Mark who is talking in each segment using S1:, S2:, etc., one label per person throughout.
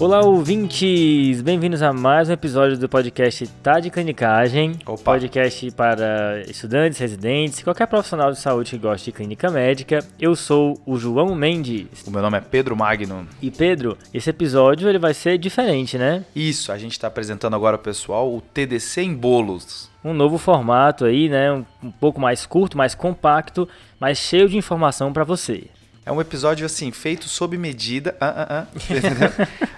S1: Olá, ouvintes! Bem-vindos a mais um episódio do podcast Tá de Clinicagem.
S2: Opa.
S1: Podcast para estudantes, residentes, qualquer profissional de saúde que goste de clínica médica. Eu sou o João Mendes.
S2: O meu nome é Pedro Magno.
S1: E Pedro, esse episódio ele vai ser diferente, né?
S2: Isso, a gente está apresentando agora ao pessoal o TDC em bolos.
S1: Um novo formato aí, né? Um, um pouco mais curto, mais compacto, mas cheio de informação para você.
S2: É um episódio assim, feito sob medida. Ah, ah, ah. Entendeu?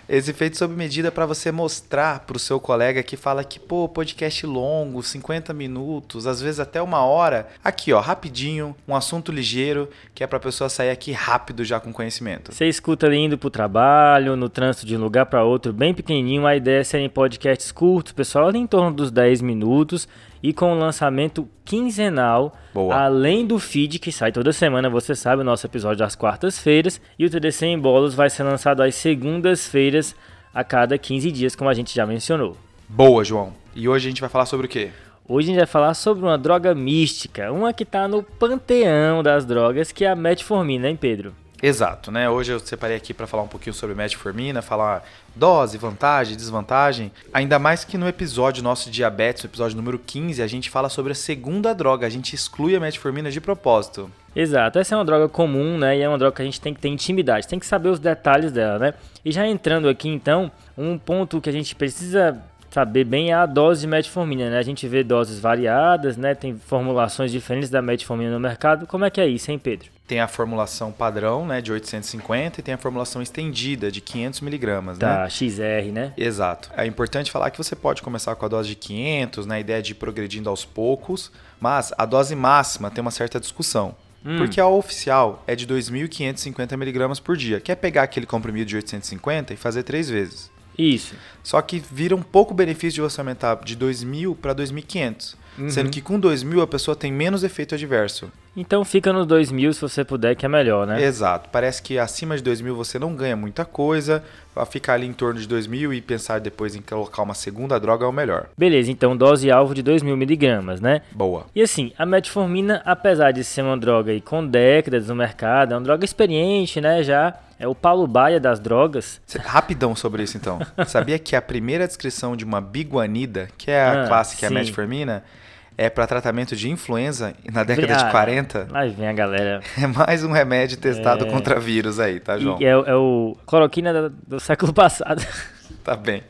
S2: Esse feito sob medida para você mostrar para o seu colega que fala que, pô, podcast longo, 50 minutos, às vezes até uma hora. Aqui, ó, rapidinho, um assunto ligeiro, que é para a pessoa sair aqui rápido já com conhecimento.
S1: Você escuta ele indo pro trabalho, no trânsito de um lugar para outro, bem pequenininho. A ideia é serem podcasts curtos, pessoal, em torno dos 10 minutos e com o lançamento quinzenal,
S2: Boa.
S1: além do feed que sai toda semana, você sabe, o nosso episódio às quartas-feiras e o TDC em bolos vai ser lançado às segundas-feiras a cada 15 dias, como a gente já mencionou.
S2: Boa, João. E hoje a gente vai falar sobre o quê?
S1: Hoje a gente vai falar sobre uma droga mística, uma que tá no panteão das drogas, que é a metformina, hein, Pedro?
S2: Exato, né? Hoje eu separei aqui para falar um pouquinho sobre metformina, falar dose, vantagem, desvantagem. Ainda mais que no episódio nosso de diabetes, no episódio número 15, a gente fala sobre a segunda droga, a gente exclui a metformina né, de propósito.
S1: Exato, essa é uma droga comum, né? E é uma droga que a gente tem que ter intimidade, tem que saber os detalhes dela, né? E já entrando aqui então, um ponto que a gente precisa saber bem é a dose de metformina, né? A gente vê doses variadas, né? Tem formulações diferentes da metformina no mercado. Como é que é isso, hein, Pedro?
S2: Tem a formulação padrão, né, de 850 e tem a formulação estendida de 500 miligramas, né?
S1: Da XR, né?
S2: Exato. É importante falar que você pode começar com a dose de 500, na ideia de ir progredindo aos poucos, mas a dose máxima tem uma certa discussão. Porque a oficial é de 2.550mg por dia, que é pegar aquele comprimido de 850 e fazer três vezes.
S1: Isso.
S2: Só que vira um pouco o benefício de você aumentar de 2.000 para 2.500, sendo que com 2.000 a pessoa tem menos efeito adverso.
S1: Então fica nos 2000 se você puder, que é melhor, né?
S2: Exato. Parece que acima de 2.000 você não ganha muita coisa, vai ficar ali em torno de 2.000 e pensar depois em colocar uma segunda droga é o melhor.
S1: Beleza, então dose alvo de 2000 miligramas, né?
S2: Boa.
S1: E assim, a metformina, apesar de ser uma droga aí com décadas no mercado, é uma droga experiente, né? Já é o Paulo Baia das drogas.
S2: Cê- Rapidão sobre isso, então. Sabia que a primeira descrição de uma biguanida, que é a
S1: Ah,
S2: classe que é a
S1: sim.
S2: metformina, é para tratamento de influenza na década
S1: Ah,
S2: de 40?
S1: Lá vem a galera.
S2: É mais um remédio testado contra vírus aí, tá, João?
S1: É. E é, o- é o cloroquina da- do século passado.
S2: Tá bem.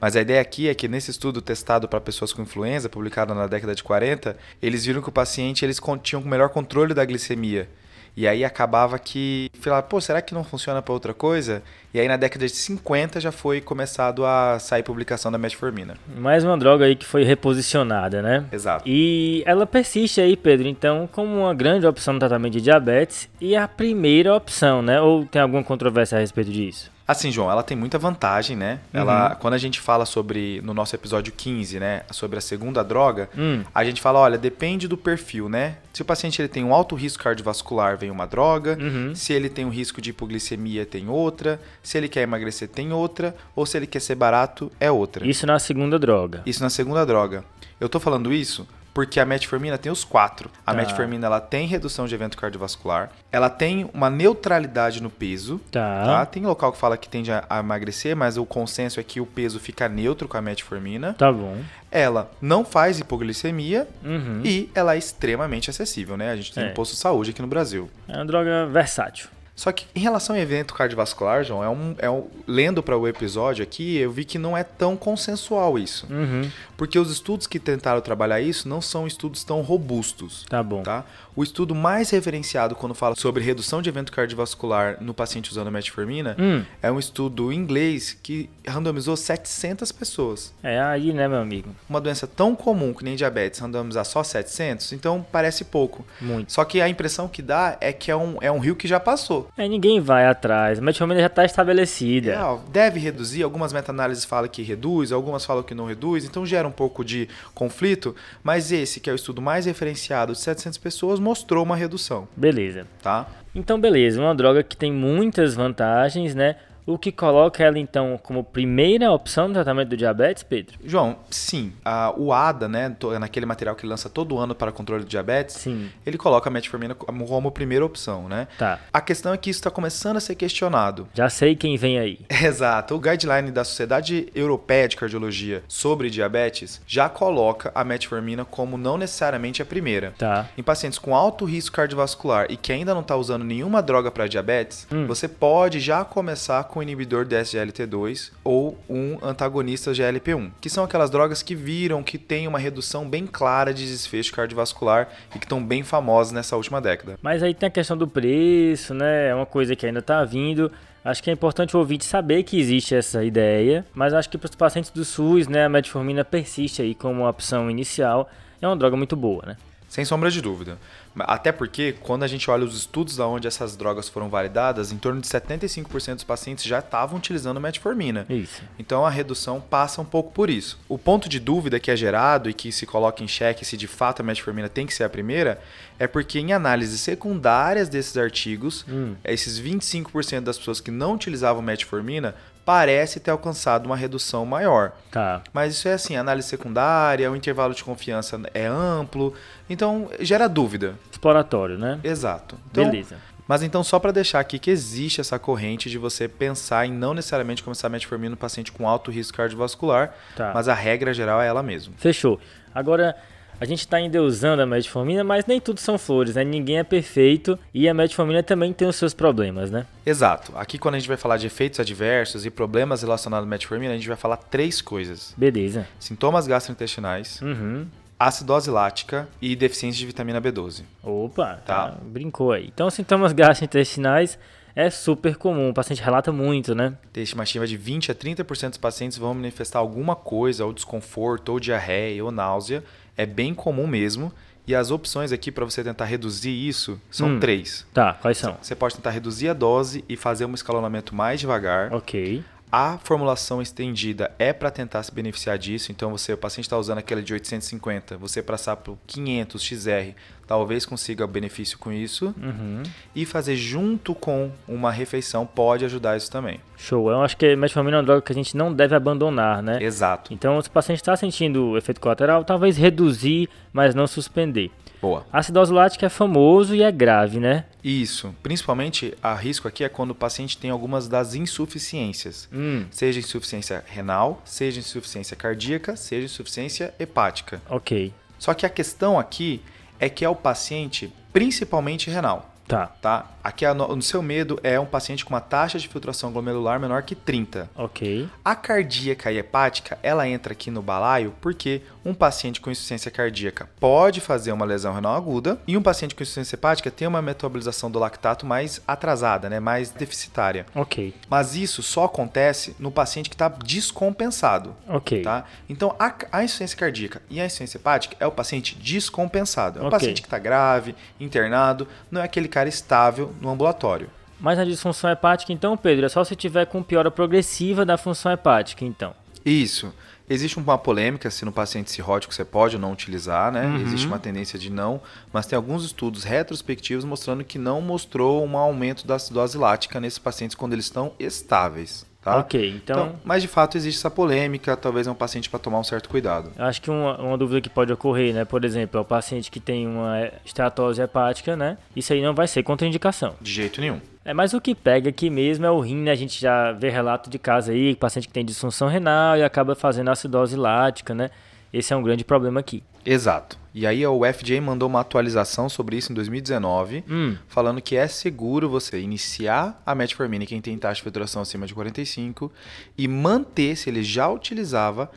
S2: Mas a ideia aqui é que nesse estudo testado para pessoas com influenza, publicado na década de 40, eles viram que o paciente eles con- tinham o melhor controle da glicemia. E aí acabava que falava, pô, será que não funciona para outra coisa? E aí na década de 50 já foi começado a sair publicação da metformina.
S1: Mais uma droga aí que foi reposicionada, né?
S2: Exato.
S1: E ela persiste aí, Pedro, então, como uma grande opção no tratamento de diabetes e a primeira opção, né? Ou tem alguma controvérsia a respeito disso?
S2: Assim, João, ela tem muita vantagem, né? Ela,
S1: Uhum.
S2: Quando a gente fala sobre, no nosso episódio 15, né? Sobre a segunda droga,
S1: Hum.
S2: a gente fala, olha, depende do perfil, né? Se o paciente ele tem um alto risco cardiovascular, vem uma droga.
S1: Uhum.
S2: Se ele tem um risco de hipoglicemia, tem outra. Se ele quer emagrecer, tem outra. Ou se ele quer ser barato, é outra.
S1: Isso na segunda droga.
S2: Isso na segunda droga. Eu tô falando isso porque a metformina tem os quatro. A
S1: Tá.
S2: metformina ela tem redução de evento cardiovascular, ela tem uma neutralidade no peso, tá?
S1: Tá.
S2: Tem local que fala que tende a a emagrecer, mas o consenso é que o peso fica neutro com a metformina.
S1: Tá bom.
S2: Ela não faz hipoglicemia
S1: Uhum.
S2: e ela é extremamente acessível, né? A gente tem
S1: É.
S2: um posto de saúde aqui no Brasil.
S1: É uma droga versátil.
S2: Só que em relação ao evento cardiovascular, João, é um, é um- lendo para o episódio aqui, eu vi que não é tão consensual isso.
S1: Uhum.
S2: Porque os estudos que tentaram trabalhar isso não são estudos tão robustos.
S1: Tá bom.
S2: Tá? O estudo mais referenciado quando fala sobre redução de evento cardiovascular no paciente usando metformina
S1: Hum.
S2: é um estudo em inglês que randomizou 700 pessoas.
S1: É aí, né, meu amigo?
S2: Uma doença tão comum que nem diabetes randomizar só 700, então parece pouco.
S1: Muito.
S2: Só que a impressão que dá é que é um, é um rio que já passou.
S1: É, ninguém vai atrás. A metformina já tá estabelecida.
S2: É, ó, deve reduzir, algumas meta-análises falam que reduz, algumas falam que não reduz, então gera um pouco de conflito, mas esse, que é o estudo mais referenciado de 700 pessoas, mostrou uma redução,
S1: Beleza.
S2: tá?
S1: Então, beleza. Uma droga que tem muitas vantagens, né? o que coloca ela então como primeira opção do tratamento do diabetes, Pedro?
S2: João, sim. A, o ADA, né, to- naquele material que lança todo ano para controle do diabetes,
S1: Sim.
S2: ele coloca a metformina como como primeira opção, né?
S1: Tá.
S2: A questão é que isso está começando a ser questionado.
S1: Já sei quem vem aí.
S2: Exato. O guideline da Sociedade Europeia de Cardiologia sobre diabetes já coloca a metformina como não necessariamente a primeira.
S1: Tá.
S2: Em pacientes com alto risco cardiovascular e que ainda não está usando nenhuma droga para diabetes, você pode já começar com o inibidor de SGLT2 ou um antagonista GLP-1, que são aquelas drogas que viram que tem uma redução bem clara de desfecho cardiovascular e que estão bem famosas nessa última década.
S1: Mas aí tem a questão do preço, né? É uma coisa que ainda tá vindo. Acho que é importante o ouvinte saber que existe essa ideia, mas acho que para os pacientes do SUS, né, a metformina persiste aí como uma opção inicial. É uma droga muito boa, né?
S2: Sem sombra de dúvida. Até porque, quando a gente olha os estudos da onde essas drogas foram validadas, em torno de 75% dos pacientes já estavam utilizando metformina.
S1: Isso.
S2: Então a redução passa um pouco por isso. O ponto de dúvida que é gerado e que se coloca em xeque se de fato a metformina tem que ser a primeira é porque em análises secundárias desses artigos, esses 25% das pessoas que não utilizavam metformina parece ter alcançado uma redução maior.
S1: Tá.
S2: Mas isso é assim, análise secundária, o intervalo de confiança é amplo, então gera dúvida.
S1: Exploratório, né?
S2: Exato. Então,
S1: Beleza.
S2: mas então, só para deixar aqui que existe essa corrente de você pensar em não necessariamente começar a metformina no paciente com alto risco cardiovascular,
S1: Tá.
S2: mas a regra geral é ela mesma.
S1: Fechou. Agora, a gente está endeusando a metformina, mas nem tudo são flores, né? Ninguém é perfeito e a metformina também tem os seus problemas, né?
S2: Exato. Aqui, quando a gente vai falar de efeitos adversos e problemas relacionados à metformina, a gente vai falar três coisas:
S1: Beleza.
S2: sintomas gastrointestinais,
S1: Uhum.
S2: acidose lática e deficiência de vitamina B12.
S1: Opa,
S2: Tá.
S1: tá. brincou aí. Então, sintomas gastrointestinais é super comum, o paciente relata muito, né?
S2: Tem estimativa de 20 a 30% dos pacientes vão manifestar alguma coisa, ou desconforto, ou diarreia, ou náusea. É bem comum mesmo. E as opções aqui para você tentar reduzir isso são
S1: Hum.
S2: três.
S1: Tá, quais são?
S2: Você pode tentar reduzir a dose e fazer um escalonamento mais devagar.
S1: Ok.
S2: A formulação estendida é para tentar se beneficiar disso. Então, você, o paciente está usando aquela de 850, você passar para 500 XR, talvez consiga benefício com isso.
S1: Uhum.
S2: E fazer junto com uma refeição pode ajudar isso também.
S1: Show. Eu acho que metformina é uma droga que a gente não deve abandonar, né?
S2: Exato.
S1: Então, se o paciente está sentindo efeito colateral, talvez reduzir, mas não suspender.
S2: Boa.
S1: A acidose lática é famoso e é grave, né?
S2: Isso. Principalmente, a risco aqui é quando o paciente tem algumas das insuficiências.
S1: Hum,
S2: Seja insuficiência renal, seja insuficiência cardíaca, seja insuficiência hepática.
S1: ok.
S2: Só que a questão aqui é que é o paciente principalmente renal,
S1: Tá,
S2: tá? Aqui a no- o seu medo é um paciente com uma taxa de filtração glomerular menor que 30.
S1: ok.
S2: A cardíaca e hepática, ela entra aqui no balaio porque um paciente com insuficiência cardíaca pode fazer uma lesão renal aguda e um paciente com insuficiência hepática tem uma metabolização do lactato mais atrasada, né, mais deficitária.
S1: Ok,
S2: Mas isso só acontece no paciente que está descompensado.
S1: ok.
S2: Tá? Então, a, a insuficiência cardíaca e a insuficiência hepática é o paciente descompensado. É um
S1: Ok.
S2: paciente que está grave, internado, não é aquele cara estável no ambulatório.
S1: Mas a disfunção hepática, então, Pedro, é só se tiver com piora progressiva da função hepática, então.
S2: Isso. Existe uma polêmica se no paciente cirrótico você pode ou não utilizar, né?
S1: Uhum.
S2: Existe uma tendência de não, mas tem alguns estudos retrospectivos mostrando que não mostrou um aumento da acidose lática nesses pacientes quando eles estão estáveis, tá?
S1: Ok, então,
S2: mas de fato existe essa polêmica, talvez é um paciente para tomar um certo cuidado.
S1: Eu Acho que uma, uma dúvida que pode ocorrer, né? Por exemplo, é o paciente que tem uma esteatose hepática, né? Isso aí não vai ser contraindicação.
S2: De jeito nenhum.
S1: É, mas o que pega aqui mesmo é o rim, né? A gente já vê relato de casa aí, paciente que tem disfunção renal e acaba fazendo acidose lática, né? Esse é um grande problema aqui.
S2: Exato. E aí o FDA mandou uma atualização sobre isso em 2019,
S1: Hum,
S2: falando que é seguro você iniciar a metformina em quem tem taxa de filtração acima de 45 e manter se ele já utilizava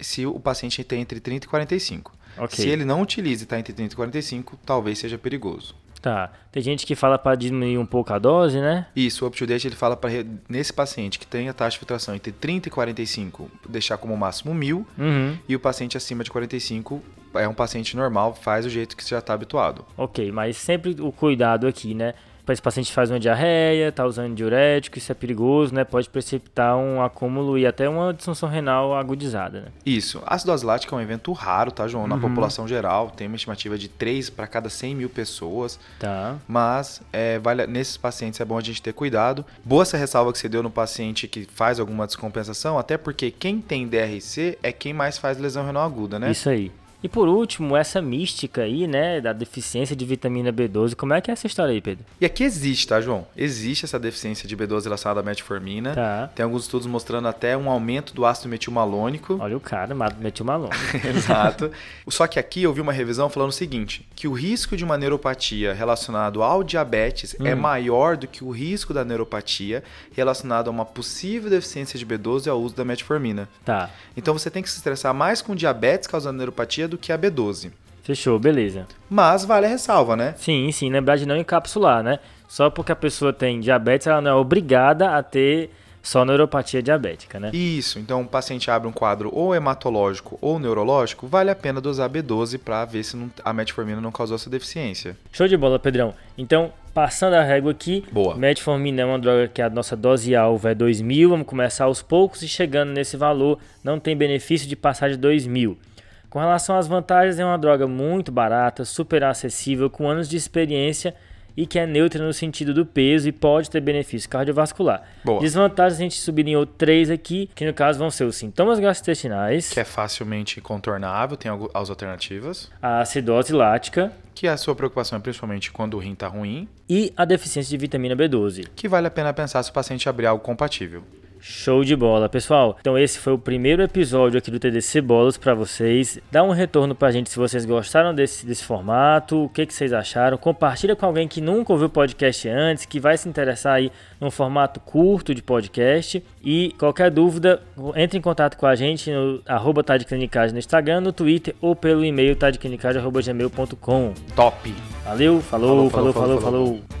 S2: se o paciente tem entre 30 e 45.
S1: ok.
S2: Se ele não utiliza e está entre 30 e 45, talvez seja perigoso.
S1: Tá. Tem gente que fala pra diminuir um pouco a dose, né?
S2: Isso, o UpToDate ele fala para nesse paciente que tem a taxa de filtração entre 30 e 45, deixar como máximo 1000
S1: Uhum.
S2: e o paciente acima de 45 é um paciente normal, faz o jeito que você já está tá habituado.
S1: Ok, mas sempre o cuidado aqui, né? Esse paciente faz uma diarreia, tá usando diurético, isso é perigoso, né? Pode precipitar um acúmulo e até uma disfunção renal agudizada, né?
S2: Isso. Ácido aslático é um evento raro, tá, João? Na
S1: Uhum.
S2: população geral, tem uma estimativa de 3 para cada 100 mil pessoas.
S1: Tá.
S2: Mas é, vale- nesses pacientes é bom a gente ter cuidado. Boa essa ressalva que você deu no paciente que faz alguma descompensação, até porque quem tem DRC é quem mais faz lesão renal aguda, né?
S1: Isso aí. E por último, essa mística aí, né, da deficiência de vitamina B12, como é que é essa história aí, Pedro?
S2: E aqui existe, tá, João? Existe essa deficiência de B12 relacionada à metformina.
S1: Tá.
S2: Tem alguns estudos mostrando até um aumento do ácido metilmalônico.
S1: Olha o cara, ma- meteu malão.
S2: Exato. Só que aqui eu vi uma revisão falando o seguinte: que o risco de uma neuropatia relacionado ao diabetes é maior do que o risco da neuropatia relacionado a uma possível deficiência de B12 e ao uso da metformina.
S1: Tá,
S2: Então você tem que se estressar mais com diabetes causando neuropatia do que a B12.
S1: fechou, beleza.
S2: Mas vale a ressalva, né?
S1: Sim, sim, lembrar de não encapsular, né? Só porque a pessoa tem diabetes, ela não é obrigada a ter só neuropatia diabética, né?
S2: Isso, então o paciente abre um quadro ou hematológico ou neurológico, vale a pena dosar B12 para ver se não- a metformina não causou essa deficiência.
S1: Show de bola, Pedrão. Então, passando a régua aqui,
S2: Boa.
S1: metformina é uma droga que a nossa dose alvo é 2.000, vamos começar aos poucos e chegando nesse valor, não tem benefício de passar de 2.000. Com relação às vantagens, é uma droga muito barata, super acessível, com anos de experiência e que é neutra no sentido do peso e pode ter benefício cardiovascular.
S2: Boa.
S1: Desvantagens a gente sublinhou três aqui, que no caso vão ser os sintomas gastrointestinais,
S2: Que é facilmente contornável, tem algu- as alternativas.
S1: a acidose lática
S2: que a sua preocupação é principalmente quando o rim está ruim,
S1: e a deficiência de vitamina B12.
S2: que vale a pena pensar se o paciente abrir algo compatível.
S1: Show de bola, pessoal. Então esse foi o primeiro episódio aqui do TDC Bolas pra vocês. Dá um retorno pra gente se vocês gostaram desse, desse formato, o que, que vocês acharam. Compartilha com alguém que nunca ouviu podcast antes, que vai se interessar aí num formato curto de podcast. E qualquer dúvida, entre em contato com a gente no arroba tadeclinicagem no Instagram, no Twitter ou pelo e-mail tadeclinicagem.gmail.com.
S2: Top!
S1: Valeu,
S2: Falou,
S1: falou,
S2: falou,
S1: falou, falou.
S2: falou,
S1: falou.
S2: falou.
S1: falou.